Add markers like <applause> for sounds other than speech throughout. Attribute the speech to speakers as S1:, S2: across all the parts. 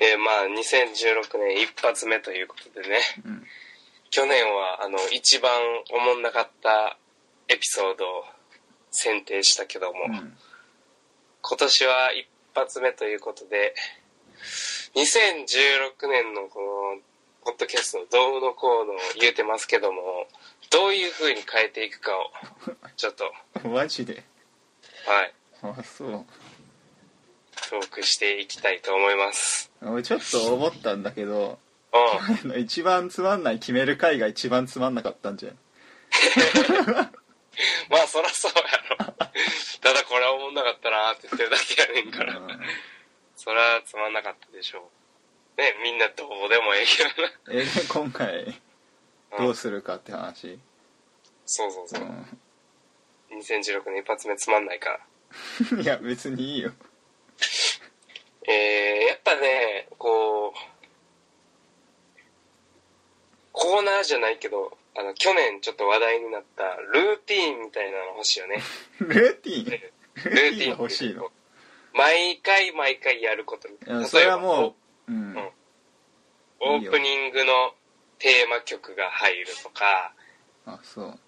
S1: えーまあ2016年一発目ということでね、 <laughs>
S2: うん
S1: 去年はあの一番おもんなかったエピソードを選定したけども、
S2: うん
S1: 今年は一発目ということで、2016年のこの、ポッドキャストのどうのこうの言うてますけども、どういう風に変えていくかを、ちょっと、は
S2: マジで
S1: い、
S2: あそう
S1: トークしていきたいと思います。
S2: 俺ちょっと思ったんだけど
S1: うん。
S2: あの一番つまんない決める回が一番つまんなかったんじゃん
S1: まあ、そらそう
S2: <laughs>
S1: やろ。ただこれは思んなかったなって言ってるだけやねんから、
S2: うん
S1: そらつまんなかったでしょう。ね、みんなどうでもええけど
S2: えで今回
S1: な。
S2: <laughs> ど
S1: う、
S2: うんするかって話、
S1: そうそうそう。
S2: う
S1: 2016年一発目つまんないから。
S2: ん、いや別にいいよ
S1: えー、やっぱね、こう、コーナーじゃないけど、あの、去年ちょっと話題になったルーティーンみたいなの欲しいよね。
S2: ルーティ
S1: ル
S2: ン <laughs> ル
S1: ーテ
S2: ーテ
S1: ィ
S2: ィ
S1: ーン
S2: ンが欲しいの
S1: <laughs> 毎回毎回やることみたい
S2: い
S1: な。
S2: やそれは
S1: 例えば
S2: もう、うん
S1: んオープニングのテーマ曲が入るとか、
S2: あそう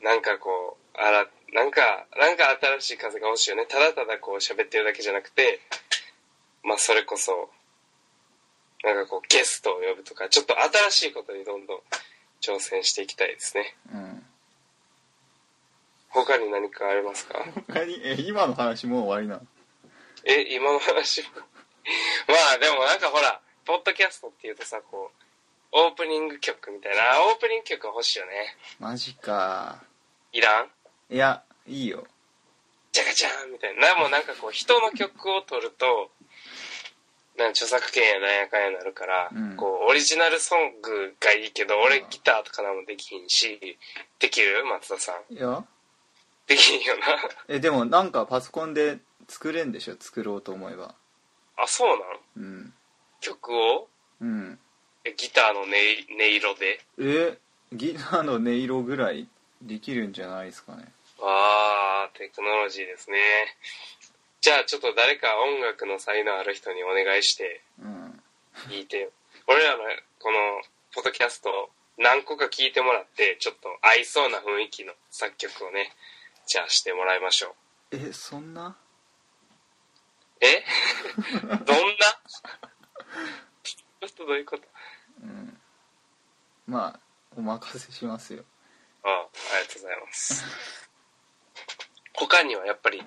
S1: なんかこう、あら、なんか、なんか新しい風が欲しいよね。ただただこう喋ってるだけじゃなくて、まあそれこそ、なんかこうゲストを呼ぶとか、ちょっと新しいことにどんどん挑戦していきたいですね。
S2: うん
S1: 他に何かありますか
S2: 他にえ今の話もう終わりなの
S1: え、今の話まあでもなんかほら、ポッドキャストっていうとさ、こう、オープニング曲みたいな、あオープニング曲は欲しいよね。
S2: マジか
S1: いらん
S2: いやいいよ
S1: ジャカジャーンみたいな。なもうなんかこう、人の曲を取ると、なんか著作権やなんやかんやなるから、
S2: うん
S1: こう、オリジナルソングがいいけど、俺ギターとかなんもできひんし、できる松田さん。
S2: いや
S1: できひんよな。 <laughs>
S2: えでもなんかパソコンで作れんでしょ作ろうと思えば
S1: あ、そうなん
S2: うん
S1: 曲を
S2: うん
S1: えギターの音音色で。
S2: えギターの音色ぐらいできるんじゃないですかね
S1: わー、テクノロジーですね。じゃあちょっと誰か音楽の才能ある人にお願いして、
S2: うん
S1: 聞いて俺らのこのポッドキャストを何個か聞いてもらってちょっと合いそうな雰囲気の作曲をねじゃあしてもらいましょう
S2: えそんな
S1: えどんなちょっとどういうこと
S2: うんまあお任せしますよ
S1: ああありがとうございます他にはやっぱり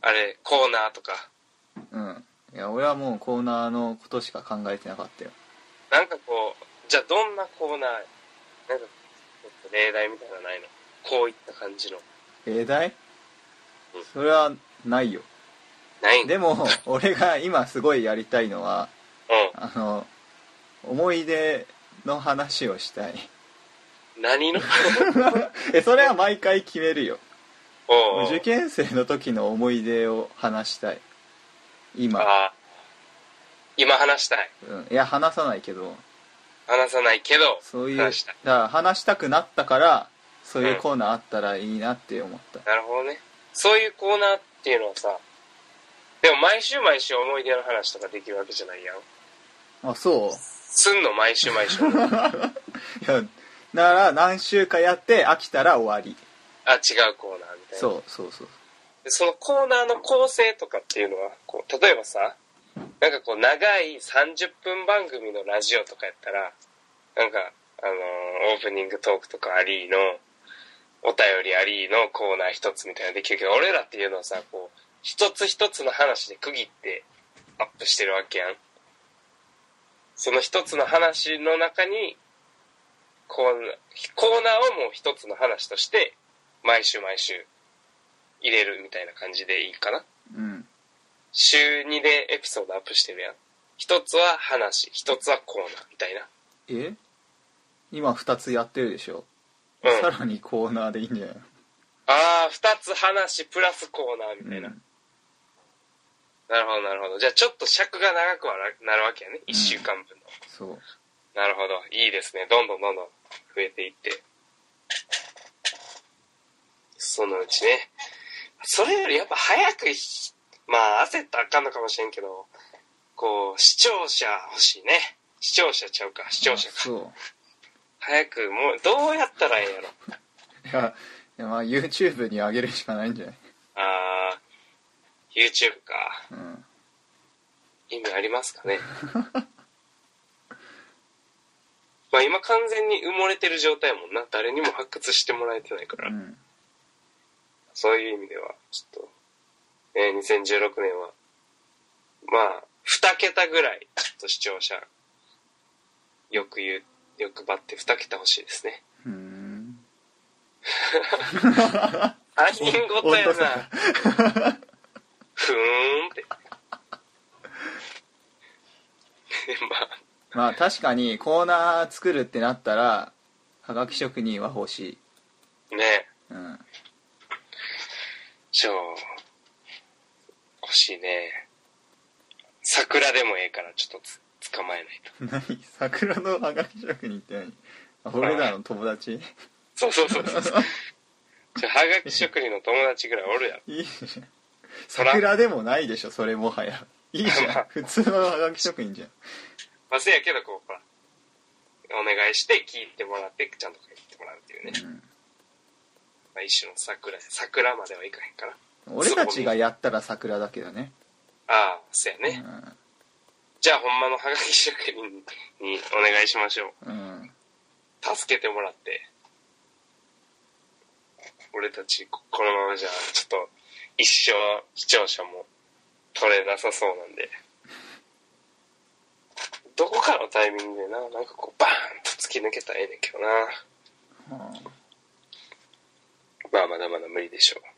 S1: あれコーナーとか
S2: うんいや俺はもうコーナーのことしか考えてなかったよ
S1: なんかこうじゃあどんなコーナーなんかちょっと例題みたいなのないのこういった感じの
S2: 例題
S1: うん
S2: それはないよ
S1: ないん
S2: でも俺が今すごいやりたいのは
S1: う
S2: あの思い出の話をしたい
S1: ん何の
S2: えそれは毎回決めるよ
S1: おうおう
S2: 受験生の時の思い出を話したい今、
S1: ああ今話したい
S2: うん、いや話さないけど
S1: 話さないけど
S2: そういう
S1: 話したい
S2: だから話したくなったからそういうコーナーあったらいいなって思った、
S1: なるほどねそういうコーナーっていうのはさでも毎週毎週思い出の話とかできるわけじゃないやん
S2: あそう
S1: すんの毎週毎週
S2: いやなら何週かやって飽きたら終わり
S1: あ違うコーナーみたいな
S2: そうそうそう
S1: でそのコーナーの構成とかっていうのはこう例えばさなんかこう長い30分番組のラジオとかやったらなんか、あのーオープニングトークとかありのお便りありのコーナー一つみたいなのできるけど俺らっていうのはさこう一つ一つの話で区切ってアップしてるわけやんその一つの話の中にコーナーコーナーをもう一つの話として毎週毎週入れるみたいな感じでいいかな
S2: うん
S1: 週2でエピソードアップしてるやん一つは話一つはコーナーみたいな
S2: え今2つやってるでしょ、
S1: うん
S2: さらにコーナーでいいんじゃない
S1: ああ二つ話プラスコーナーみたいな、
S2: うん
S1: なるほどなるほどじゃあちょっと尺が長くはななるわけやね1週間分の、
S2: そう
S1: なるほどいいですねどんどんどんどん増えていってそのうちねそれよりやっぱ早くひまあ焦ったらあかんのかもしれんけどこう、視聴者欲しいね。視聴者ちゃうか、視聴者か。
S2: そ
S1: 早く、もう、どうやったらええんやろ。
S2: ういやいやまあ YouTube に上げるしかないんじゃない、
S1: あー、YouTube か。
S2: うん、
S1: 意味ありますかね。まあ今完全に埋もれてる状態やもんな。誰にも発掘してもらえてないから。
S2: うん、
S1: そういう意味では、ちょっと、えー2016年は、まあ、2桁ぐらい、ちょっと視聴者、よく言う、よくばって2桁欲しいですね。
S2: うーん
S1: 3人ごとや
S2: 本当だ
S1: な。ふーんって。 <laughs> まあ、
S2: まあ確かにコーナー作るってなったらはがき職人は欲しい、
S1: ねえ、
S2: うん、
S1: じゃあ、欲しいね。桜でもええから、ちょっとつ捕まえないと。
S2: 何 <laughs> 桜のはがき職人って何あ俺らの友達
S1: そうそうそうそう。じゃあ、はがき職人の友達ぐらいおるやろ。
S2: いいじゃん
S1: そら、
S2: 桜でもないでしょそれもはやいいじゃん普通のはがき職人じゃん
S1: まあ、せやけど、こう、ほら、お願いして聞いてもらって、ちゃんと書いてもらうっていうね。まあ、一種の桜や桜まではいかへんから。
S2: 俺たちがやったら桜だけどね、
S1: ああ、せや
S2: う
S1: ね。
S2: ん
S1: じゃあ、ほんまのはがき職人にお願いしましょう。
S2: うん、
S1: 助けてもらって俺たちここのままじゃちょっと一生視聴者も取れなさそうなんでどこかのタイミングでななんかこうバーンと突き抜けたらええねんけどな
S2: あ
S1: まあまだまだ無理でしょう